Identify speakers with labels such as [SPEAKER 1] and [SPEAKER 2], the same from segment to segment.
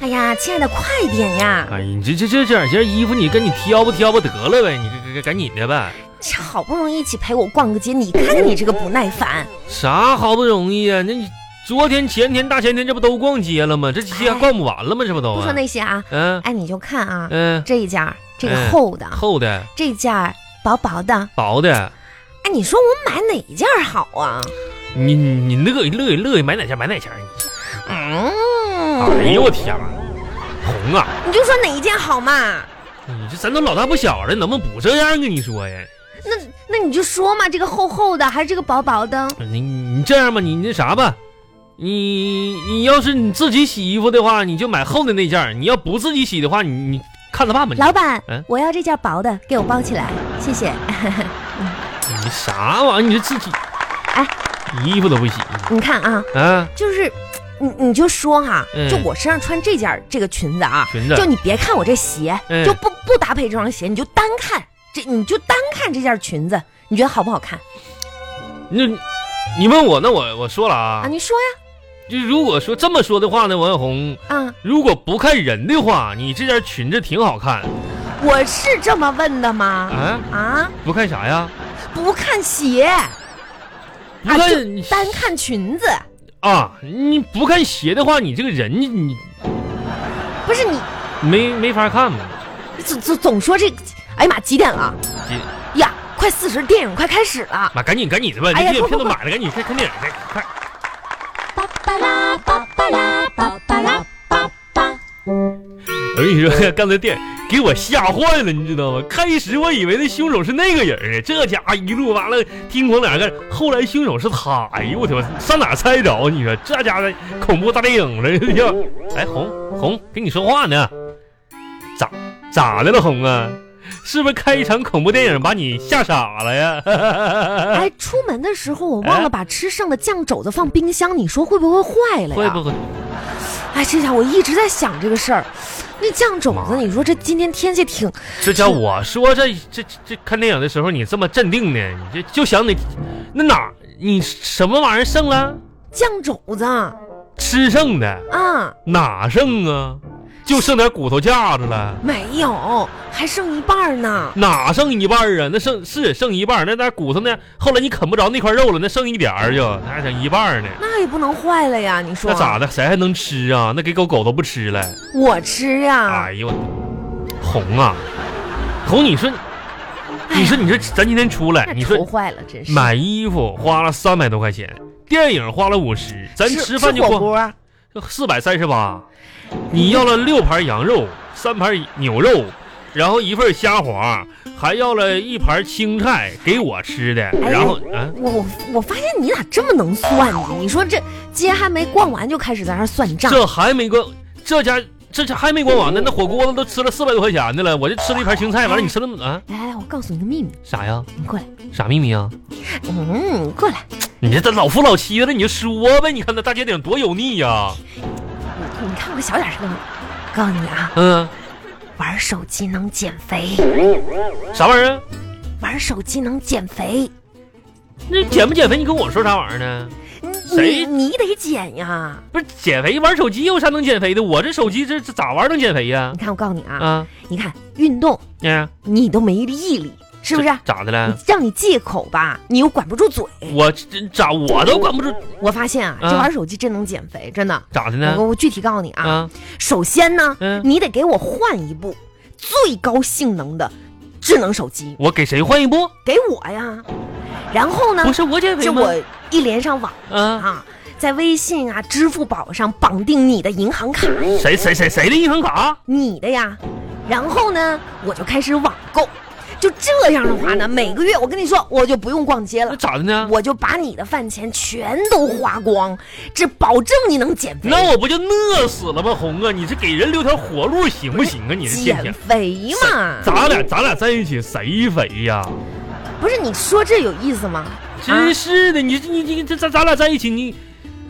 [SPEAKER 1] 哎爱的，快点呀！
[SPEAKER 2] 哎呀，你这这这这两件衣服，你跟你挑吧挑吧得了呗，你赶赶赶紧的呗。
[SPEAKER 1] 这好不容易一起陪我逛个街，你看你这个不耐烦。
[SPEAKER 2] 啥好不容易啊？那你昨天、前天、大前天，这不都逛街了吗？这街还逛不完了吗？这不都、啊？
[SPEAKER 1] 不说那些啊，
[SPEAKER 2] 嗯
[SPEAKER 1] 哎，你就看啊，
[SPEAKER 2] 嗯，
[SPEAKER 1] 这一件儿这个
[SPEAKER 2] 嗯
[SPEAKER 1] 厚的，
[SPEAKER 2] 厚的、
[SPEAKER 1] 这件儿薄薄的。
[SPEAKER 2] 薄的，
[SPEAKER 1] 哎，你说我买哪一件儿好啊？
[SPEAKER 2] 你你你乐意乐意乐意买哪件买哪件。哎
[SPEAKER 1] 嗯，
[SPEAKER 2] 呦我天哪，红啊！
[SPEAKER 1] 你就说哪一件好嘛？
[SPEAKER 2] 你这咱都老大不小了，能不能不这样跟你说呀？
[SPEAKER 1] 那那你就说嘛，这个厚厚的还是这个薄薄的？
[SPEAKER 2] 你你这样吧，你那啥吧，你你要是你自己洗衣服的话，你就买厚的那件儿；你要不自己洗的话，你你看着办吧。
[SPEAKER 1] 老板
[SPEAKER 2] 嗯，
[SPEAKER 1] 我要这件薄的，给我包起来，谢谢。
[SPEAKER 2] 你你啥玩意儿？你这自己，
[SPEAKER 1] 哎，
[SPEAKER 2] 衣服都不洗
[SPEAKER 1] 你看啊，
[SPEAKER 2] 啊？
[SPEAKER 1] 就是你你就说哈、
[SPEAKER 2] 嗯
[SPEAKER 1] 就我身上穿这件儿这个裙子啊，
[SPEAKER 2] 裙子
[SPEAKER 1] 就你别看我这鞋，
[SPEAKER 2] 嗯
[SPEAKER 1] 就不不搭配这双鞋，你就单看这，你就单看这件裙子，你觉得好不好看
[SPEAKER 2] 那你问我，那我我说了
[SPEAKER 1] 啊？
[SPEAKER 2] 啊，
[SPEAKER 1] 你说呀，
[SPEAKER 2] 就如果说这么说的话呢，王小红，
[SPEAKER 1] 啊，
[SPEAKER 2] 如果不看人的话，你这件裙子挺好看
[SPEAKER 1] 我是这么问的吗？
[SPEAKER 2] 啊？
[SPEAKER 1] 啊，
[SPEAKER 2] 不看啥呀？
[SPEAKER 1] 不看鞋，
[SPEAKER 2] 不
[SPEAKER 1] 啊
[SPEAKER 2] 看
[SPEAKER 1] 就单看裙子，
[SPEAKER 2] 啊？你不看鞋的话，你这个人你你
[SPEAKER 1] 不是你
[SPEAKER 2] 没没法看嘛？
[SPEAKER 1] 总总总说这，哎呀妈，几点了？
[SPEAKER 2] 几
[SPEAKER 1] 呀，快四十，电影快开始了。
[SPEAKER 2] 妈，赶紧赶紧的吧，
[SPEAKER 1] 哎
[SPEAKER 2] 这
[SPEAKER 1] 呀
[SPEAKER 2] 电影
[SPEAKER 1] 不
[SPEAKER 2] 片
[SPEAKER 1] 不不
[SPEAKER 2] 都买了，赶紧快看电影去，快！
[SPEAKER 3] 巴巴拉巴巴拉巴巴拉巴巴。
[SPEAKER 2] 我跟你说， 刚才电影给我吓坏了，你知道吗？开始我以为那凶手是那个人呢，这家伙一路完了听狂哪干，后来凶手是他。哎呦我天，上哪猜着啊？你说这家伙恐怖大电影了， 这叫……哎红红跟你说话呢，咋咋的了红啊？是不是开一场恐怖电影把你吓傻了呀？
[SPEAKER 1] 哎，出门的时候我忘
[SPEAKER 2] 嗯哎
[SPEAKER 1] 了把吃剩的酱肘子放冰箱，你说会不会坏了呀？
[SPEAKER 2] 会不会？
[SPEAKER 1] 哎，这家伙我一直在想这个事儿。那酱肘子，
[SPEAKER 2] 妈
[SPEAKER 1] 你说这今天天气挺……
[SPEAKER 2] 这家我说这这这这看电影的时候你这么镇定呢，你这就想你那哪儿你什么玩意儿剩了？
[SPEAKER 1] 酱肘子啊，
[SPEAKER 2] 吃剩的哪剩啊？就剩点骨头架子了，
[SPEAKER 1] 没有，还剩一半儿呢。
[SPEAKER 2] 哪剩一半儿啊？那剩是剩一半儿，那点骨头呢？后来你啃不着那块肉了，那剩一点儿就那还剩一半儿呢。
[SPEAKER 1] 那也不能坏了呀，你说啊
[SPEAKER 2] 那咋的？谁还能吃啊？那给狗狗都不吃了。
[SPEAKER 1] 我吃呀，
[SPEAKER 2] 哎呦，红啊，红，你说，你说，你说，咱今天出来，
[SPEAKER 1] 哎那
[SPEAKER 2] 你说
[SPEAKER 1] 愁坏了，真是。
[SPEAKER 2] 买衣服花了三百多块钱，电影花了五十，咱
[SPEAKER 1] 吃
[SPEAKER 2] 吃饭就
[SPEAKER 1] 火
[SPEAKER 2] 光
[SPEAKER 1] 锅，啊
[SPEAKER 2] 四百三十八。你要了六盘羊肉，三盘牛肉，然后一份虾滑，还要了一盘青菜给我吃的，
[SPEAKER 1] 哎
[SPEAKER 2] 然后啊，
[SPEAKER 1] 我我我发现你咋这么能算呢？你说这街还没逛完就开始在那儿算账，
[SPEAKER 2] 这还没关，这家这家还没关完呢，那火锅子都吃了四百多块钱的了，我就吃了一盘青菜，完了你吃了啊
[SPEAKER 1] 来来来，我告诉你个秘密，
[SPEAKER 2] 啥呀？
[SPEAKER 1] 你过来，
[SPEAKER 2] 啥秘密啊？
[SPEAKER 1] 嗯，过来，
[SPEAKER 2] 你这都老夫老妻了，你就说呗，你看那大街顶多油腻呀、
[SPEAKER 1] 你你看我小点声啊，告诉你啊，
[SPEAKER 2] 嗯，
[SPEAKER 1] 玩手机能减肥，
[SPEAKER 2] 啥玩意儿啊？
[SPEAKER 1] 玩手机能减肥，
[SPEAKER 2] 那减不减肥？你跟我说啥玩意儿呢？谁
[SPEAKER 1] 你你得减呀！
[SPEAKER 2] 不是减肥玩手机有啥能减肥的？我这手机这这咋玩能减肥呀？
[SPEAKER 1] 你看我告诉你啊，
[SPEAKER 2] 啊，
[SPEAKER 1] 你看运动
[SPEAKER 2] 哎呀，
[SPEAKER 1] 你都没毅力，是不是
[SPEAKER 2] 这？啊咋的
[SPEAKER 1] 你
[SPEAKER 2] 了？
[SPEAKER 1] 让你戒口吧，你又管不住嘴。
[SPEAKER 2] 我这咋我都管不住，
[SPEAKER 1] 我发现啊，
[SPEAKER 2] 啊
[SPEAKER 1] 这玩手机真能减肥，真的。
[SPEAKER 2] 咋
[SPEAKER 1] 我
[SPEAKER 2] 的呢？
[SPEAKER 1] 我具体告诉你啊，
[SPEAKER 2] 啊，
[SPEAKER 1] 首先呢
[SPEAKER 2] 嗯，
[SPEAKER 1] 你得给我换一部最高性能的智能手机
[SPEAKER 2] 我给谁换一部？
[SPEAKER 1] 给我呀，然后呢
[SPEAKER 2] 不，是我减肥
[SPEAKER 1] 就
[SPEAKER 2] 吗？
[SPEAKER 1] 我一连上网。
[SPEAKER 2] 啊，
[SPEAKER 1] 啊，在微信啊、支付宝上绑定你的银行卡，
[SPEAKER 2] 谁谁谁谁的银行卡？
[SPEAKER 1] 你的呀。然后呢，我就开始网购。就这样的话呢，每个月我跟你说，我就不用逛街
[SPEAKER 2] 那
[SPEAKER 1] 了，
[SPEAKER 2] 咋的呢？
[SPEAKER 1] 我就把你的饭钱全都花光，这保证你能减肥。
[SPEAKER 2] 那我不就饿死了吗？红啊，你这给人留条活路行不行啊？你这天
[SPEAKER 1] 减
[SPEAKER 2] 天，
[SPEAKER 1] 肥嘛，
[SPEAKER 2] 咱俩咱俩在一起谁肥呀？
[SPEAKER 1] 不是你说这有意思吗？
[SPEAKER 2] 真是的，你这你你这咱咱俩在一起，你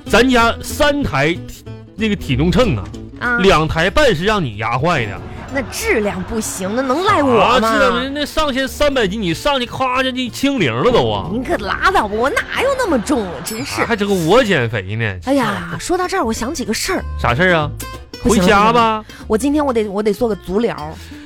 [SPEAKER 2] 咱家三台体那个体重秤啊，
[SPEAKER 1] 啊，
[SPEAKER 2] 两台半是让你压坏的，
[SPEAKER 1] 那质量不行，那能赖我
[SPEAKER 2] 啊，
[SPEAKER 1] 吗？
[SPEAKER 2] 是啊，那那上限三百斤，你上去咔就就清零了都啊！
[SPEAKER 1] 你可拉倒吧，我哪有那么重啊，真是。
[SPEAKER 2] 还这个我减肥呢？
[SPEAKER 1] 哎呀，说到这儿，我想起个事儿，
[SPEAKER 2] 啥事儿啊？
[SPEAKER 1] 不
[SPEAKER 2] 回
[SPEAKER 1] 行
[SPEAKER 2] 家吧，
[SPEAKER 1] 我今天我得我得做个足疗，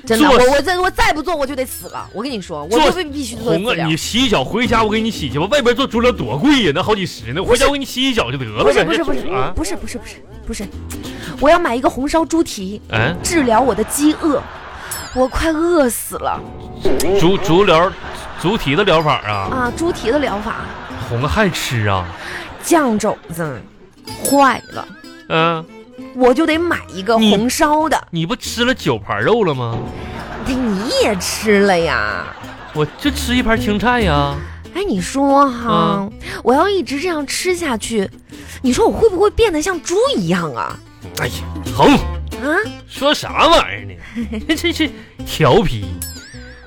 [SPEAKER 1] 真的，
[SPEAKER 2] 做
[SPEAKER 1] 我我再我再不做我就得死了。我跟你说，我
[SPEAKER 2] 做
[SPEAKER 1] 就必必须做
[SPEAKER 2] 红
[SPEAKER 1] 足
[SPEAKER 2] 啊！
[SPEAKER 1] 疗
[SPEAKER 2] 你。洗一脚回家，我给你洗去吧。外边做足疗多贵呀，那好几十呢。
[SPEAKER 1] 不
[SPEAKER 2] 回
[SPEAKER 1] 是
[SPEAKER 2] 家我给你洗一脚就得了
[SPEAKER 1] 不是
[SPEAKER 2] 呗。
[SPEAKER 1] 不是
[SPEAKER 2] 这
[SPEAKER 1] 不是
[SPEAKER 2] 啊，
[SPEAKER 1] 不是不是不是不是，我要买一个红烧猪蹄
[SPEAKER 2] 哎，
[SPEAKER 1] 治疗我的饥饿，我快饿死了
[SPEAKER 2] 足足疗，足蹄的疗法啊，
[SPEAKER 1] 啊！猪蹄的疗法，
[SPEAKER 2] 红啊还吃啊？
[SPEAKER 1] 酱肘子坏了，
[SPEAKER 2] 嗯，
[SPEAKER 1] 我就得买一个
[SPEAKER 2] 你
[SPEAKER 1] 红烧的。
[SPEAKER 2] 你不吃了九盘肉了吗？
[SPEAKER 1] 哎，你也吃了呀？
[SPEAKER 2] 我就吃一盘青菜呀。
[SPEAKER 1] 哎，你说哈，
[SPEAKER 2] 啊
[SPEAKER 1] 我要一直这样吃下去，你说我会不会变得像猪一样啊？
[SPEAKER 2] 哎呀，红。
[SPEAKER 1] 啊，
[SPEAKER 2] 说啥玩意儿呢？ 这这这调皮，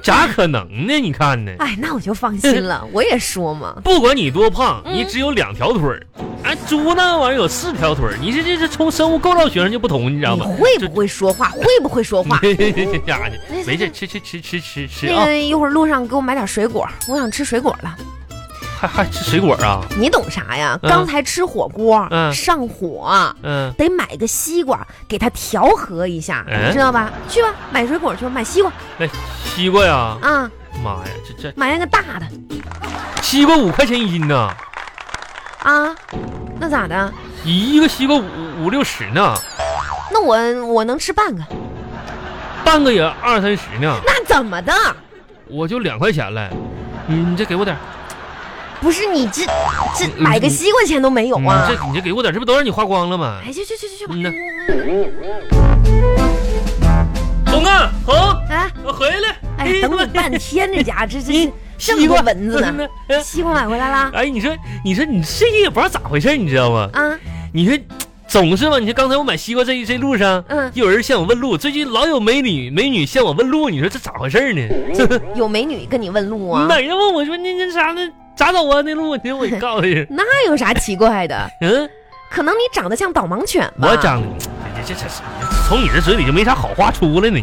[SPEAKER 2] 咋可能呢？你看呢？
[SPEAKER 1] 哎，那我就放心 了。我也说嘛，
[SPEAKER 2] 不管你多胖，
[SPEAKER 1] 嗯
[SPEAKER 2] 你只有两条腿儿。哎，猪那玩意儿有四条腿儿。你这这这从生物构造学上就不同，你知道
[SPEAKER 1] 你
[SPEAKER 2] 吗？
[SPEAKER 1] 会不会说话？会不会说话？
[SPEAKER 2] 这这家伙，没 事，吃吃吃吃吃吃
[SPEAKER 1] 那
[SPEAKER 2] 啊！
[SPEAKER 1] 个一会儿路上给我买点水果，我想吃水果了。
[SPEAKER 2] 还还吃水果啊？
[SPEAKER 1] 你懂啥呀？
[SPEAKER 2] 嗯
[SPEAKER 1] 刚才吃火锅、
[SPEAKER 2] 嗯
[SPEAKER 1] 上火，
[SPEAKER 2] 嗯，
[SPEAKER 1] 得买个西瓜给它调和一下，
[SPEAKER 2] 嗯
[SPEAKER 1] 知道吧？去吧，买水果去吧，买西瓜
[SPEAKER 2] 那西瓜呀，
[SPEAKER 1] 啊，
[SPEAKER 2] 妈呀，这这
[SPEAKER 1] 买那个大的
[SPEAKER 2] 西瓜五块钱一斤呢，
[SPEAKER 1] 啊。那咋的？
[SPEAKER 2] 一个西瓜五五六十呢，
[SPEAKER 1] 那我我能吃半个，
[SPEAKER 2] 半个也二三十呢，
[SPEAKER 1] 那怎么的？
[SPEAKER 2] 我就两块钱了。你你再给我点儿。
[SPEAKER 1] 不是你这这
[SPEAKER 2] 嗯
[SPEAKER 1] 买个西瓜钱都没有啊
[SPEAKER 2] 你？这你这给我点，这不都让你花光了吗？
[SPEAKER 1] 哎，去去去去去吧
[SPEAKER 2] 嗯！呐，红啊红，
[SPEAKER 1] 哎
[SPEAKER 2] 我回来。
[SPEAKER 1] 哎，等你半天，这家这这这么
[SPEAKER 2] 西
[SPEAKER 1] 多
[SPEAKER 2] 瓜
[SPEAKER 1] 蚊子呢。。
[SPEAKER 2] 嗯
[SPEAKER 1] 西瓜买回来啦
[SPEAKER 2] 哎，你说你说你这也不知道咋回事，你知道吗？
[SPEAKER 1] 啊！
[SPEAKER 2] 你说总是吧，你说刚才我买西瓜这一这路上，
[SPEAKER 1] 嗯
[SPEAKER 2] 就有人向我问路，最近老有美女美女向我问路，你说这咋回事呢？
[SPEAKER 1] 有美女跟你问路 啊？
[SPEAKER 2] 哪人问我说那那啥那咋走啊？那路我我告 诉你，
[SPEAKER 1] 那有啥奇怪的？
[SPEAKER 2] 嗯，
[SPEAKER 1] 可能你长得像导盲犬吧？
[SPEAKER 2] 我。长这这这从你这嘴里就没啥好话出来呢，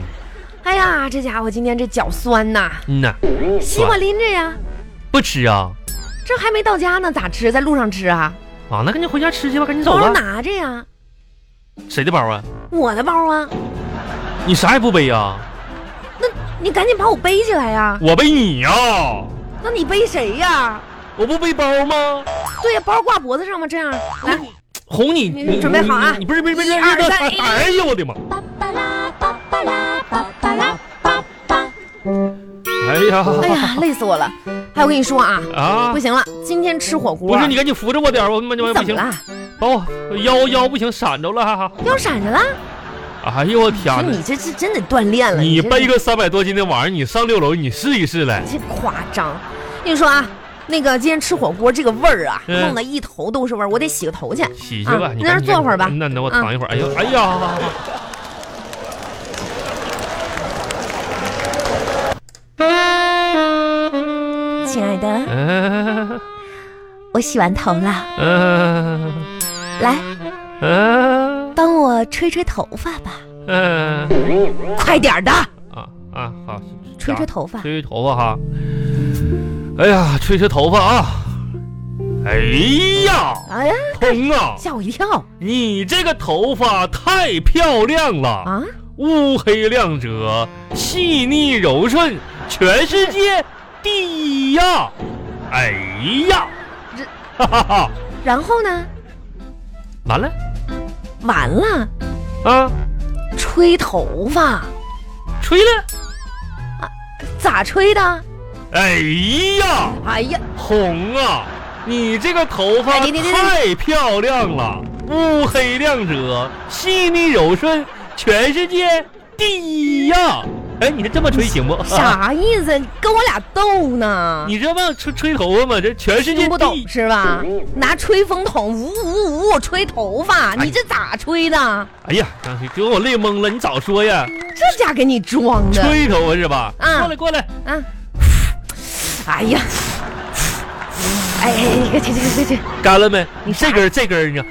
[SPEAKER 1] 哎呀，这家伙今天这脚酸呐！
[SPEAKER 2] 嗯呐，
[SPEAKER 1] 西瓜拎着呀，
[SPEAKER 2] 不吃啊？
[SPEAKER 1] 这还没到家呢，咋吃？在路上吃啊？
[SPEAKER 2] 啊，那赶紧回家吃去吧，赶紧走
[SPEAKER 1] 包上。
[SPEAKER 2] 吧
[SPEAKER 1] 拿着呀，
[SPEAKER 2] 谁的包啊？
[SPEAKER 1] 我的包啊，
[SPEAKER 2] 你啥也不背啊？
[SPEAKER 1] 你赶紧把我背起来呀！
[SPEAKER 2] 我背你呀、
[SPEAKER 1] 那你背谁呀？
[SPEAKER 2] 我不背包吗？
[SPEAKER 1] 对呀，包挂脖子上吗？这样来，
[SPEAKER 2] 嗯哄你，
[SPEAKER 1] 你准备好啊
[SPEAKER 2] 你不是不是不是，
[SPEAKER 1] 一二
[SPEAKER 2] 不是
[SPEAKER 1] 三
[SPEAKER 2] 哎呀我的妈！
[SPEAKER 3] 巴巴拉巴巴拉巴巴拉巴巴。
[SPEAKER 2] 哎呀，
[SPEAKER 1] 哎呀，累死我了！哎，我跟你说啊，
[SPEAKER 2] 啊
[SPEAKER 1] 不，行了，今天吃火锅。啊
[SPEAKER 2] 不是你赶紧扶着我点儿，我他妈就不
[SPEAKER 1] 怎么
[SPEAKER 2] 行，
[SPEAKER 1] 了？
[SPEAKER 2] 把我腰腰不行，闪着了，哈哈！
[SPEAKER 1] 腰闪着了？
[SPEAKER 2] 哎呦我天
[SPEAKER 1] 不是
[SPEAKER 2] 哪
[SPEAKER 1] 你！这是真得锻炼了。
[SPEAKER 2] 你
[SPEAKER 1] 这
[SPEAKER 2] 背个三百多斤的玩意儿，你上六楼你试一试来。
[SPEAKER 1] 这夸张。跟你说啊，那个今天吃火锅这个味儿啊，
[SPEAKER 2] 嗯
[SPEAKER 1] 弄得一头都是味儿，我得洗个头去。
[SPEAKER 2] 洗去吧，
[SPEAKER 1] 啊
[SPEAKER 2] 你
[SPEAKER 1] 在那儿
[SPEAKER 2] 赶紧
[SPEAKER 1] 坐会儿吧
[SPEAKER 2] 那那我
[SPEAKER 1] 啊
[SPEAKER 2] 躺一会儿。哎呦，哎呀，
[SPEAKER 1] 亲爱的，
[SPEAKER 2] 嗯
[SPEAKER 1] 我洗完头了，
[SPEAKER 2] 哎嗯
[SPEAKER 1] 来
[SPEAKER 2] 嗯
[SPEAKER 1] 帮我吹吹头发吧，
[SPEAKER 2] 嗯。
[SPEAKER 1] 快点儿的，
[SPEAKER 2] 啊啊，好，
[SPEAKER 1] 吹吹
[SPEAKER 2] 啥
[SPEAKER 1] 头发。
[SPEAKER 2] 吹吹头发哈。哎呀，吹吹头发啊！哎呀，
[SPEAKER 1] 哎呀，
[SPEAKER 2] 红啊，
[SPEAKER 1] 吓我一跳
[SPEAKER 2] 你这个头发太漂亮了，
[SPEAKER 1] 啊！
[SPEAKER 2] 乌黑亮泽，细腻柔顺，全世界第一呀！哎呀，
[SPEAKER 1] 这
[SPEAKER 2] 哈哈哈，
[SPEAKER 1] 然后呢？
[SPEAKER 2] 完了
[SPEAKER 1] 完了，
[SPEAKER 2] 啊，
[SPEAKER 1] 吹头发
[SPEAKER 2] 吹了。
[SPEAKER 1] 咋吹的？
[SPEAKER 2] 哎呀，
[SPEAKER 1] 哎呀，
[SPEAKER 2] 红啊，你这个头
[SPEAKER 1] 哎
[SPEAKER 2] 发
[SPEAKER 1] 你你你
[SPEAKER 2] 太漂亮了，乌黑亮泽，细腻柔顺，全世界第一呀！哎，你这这么吹行不？ 啊
[SPEAKER 1] 啥意思？跟我俩斗呢？
[SPEAKER 2] 你这么吹吹头发吗？这全世界
[SPEAKER 1] 听不
[SPEAKER 2] 第
[SPEAKER 1] 懂
[SPEAKER 2] 一，
[SPEAKER 1] 是吧？拿吹风筒呜呜呜吹头发，你这咋吹的？
[SPEAKER 2] 哎呀，当时给我累懵了，你早说呀！
[SPEAKER 1] 这家给你装的
[SPEAKER 2] 吹头发是吧？
[SPEAKER 1] 啊
[SPEAKER 2] 过来过来，
[SPEAKER 1] 啊！哎呀，哎哎，哎这个这个这个这个，
[SPEAKER 2] 干了没？
[SPEAKER 1] 你
[SPEAKER 2] 这根儿这根儿呢？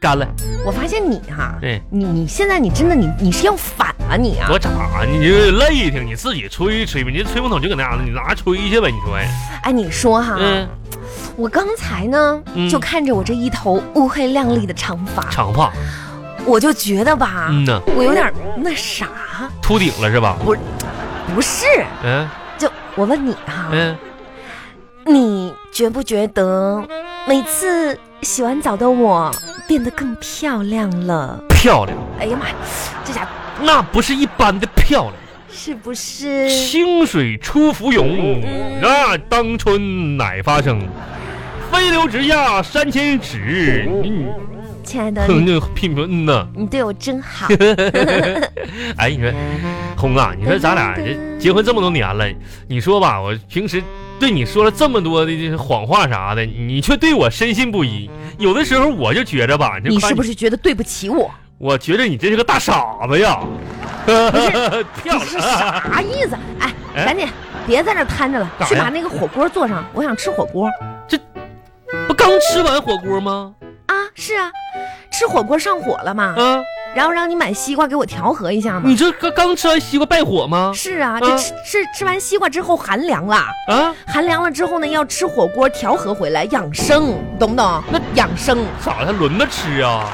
[SPEAKER 2] 干了。
[SPEAKER 1] 我发现你哈，
[SPEAKER 2] 对
[SPEAKER 1] 你你现在你真的你你是要反啊你啊！
[SPEAKER 2] 哎我咋？你这累挺，你自己吹一吹吧。你这吹风筒就搁那样子，你拿吹去呗。你说，
[SPEAKER 1] 哎，你说哈，
[SPEAKER 2] 嗯，
[SPEAKER 1] 我刚才呢、
[SPEAKER 2] 嗯
[SPEAKER 1] 就看着我这一头乌黑亮丽的长发，
[SPEAKER 2] 长发，
[SPEAKER 1] 我就觉得吧，
[SPEAKER 2] 嗯呐，
[SPEAKER 1] 我有点儿那啥，
[SPEAKER 2] 秃顶了是吧？
[SPEAKER 1] 不是？
[SPEAKER 2] 嗯
[SPEAKER 1] 就我问你哈，
[SPEAKER 2] 嗯，
[SPEAKER 1] 你觉不觉得每次洗完澡的我变得更漂亮了？
[SPEAKER 2] 漂亮，
[SPEAKER 1] 哎呀妈呀，这家
[SPEAKER 2] 那不是一般的漂亮。
[SPEAKER 1] 是不是？
[SPEAKER 2] 清水出芙蓉，
[SPEAKER 1] 嗯
[SPEAKER 2] 那当春乃发生。飞流直下三千尺，
[SPEAKER 1] 嗯
[SPEAKER 2] 你
[SPEAKER 1] 亲爱的，
[SPEAKER 2] 哼，
[SPEAKER 1] 你
[SPEAKER 2] 就拼说嗯呐。
[SPEAKER 1] 你对我真 好。
[SPEAKER 2] 哎，你说，红啊，你说 咱俩这结婚这么多年了，你说吧，我平时对你说了这么多的这谎话啥的，你却对我深信不疑。有的时候我就觉着吧，
[SPEAKER 1] 你是不
[SPEAKER 2] 是？
[SPEAKER 1] 是觉得对不起我？
[SPEAKER 2] 我觉着你这是个大傻子呀！
[SPEAKER 1] 你
[SPEAKER 2] 漂
[SPEAKER 1] 是
[SPEAKER 2] 亮，
[SPEAKER 1] 啥意思？哎，
[SPEAKER 2] 哎
[SPEAKER 1] 赶紧别在那摊着了，
[SPEAKER 2] 干啥
[SPEAKER 1] 去
[SPEAKER 2] 呀
[SPEAKER 1] 把那个火锅做上，我想吃火锅
[SPEAKER 2] 不刚吃完火锅吗？
[SPEAKER 1] 啊！是啊，吃火锅上火了嘛，
[SPEAKER 2] 啊，
[SPEAKER 1] 然后让你买西瓜给我调和一下嘛
[SPEAKER 2] 你。这刚刚吃完西瓜败火吗？
[SPEAKER 1] 是啊，
[SPEAKER 2] 啊
[SPEAKER 1] 这吃吃吃完西瓜之后寒凉了，
[SPEAKER 2] 啊，
[SPEAKER 1] 寒凉了之后呢，要吃火锅调和回来养生，懂不懂？那养生
[SPEAKER 2] 咋还轮着吃啊？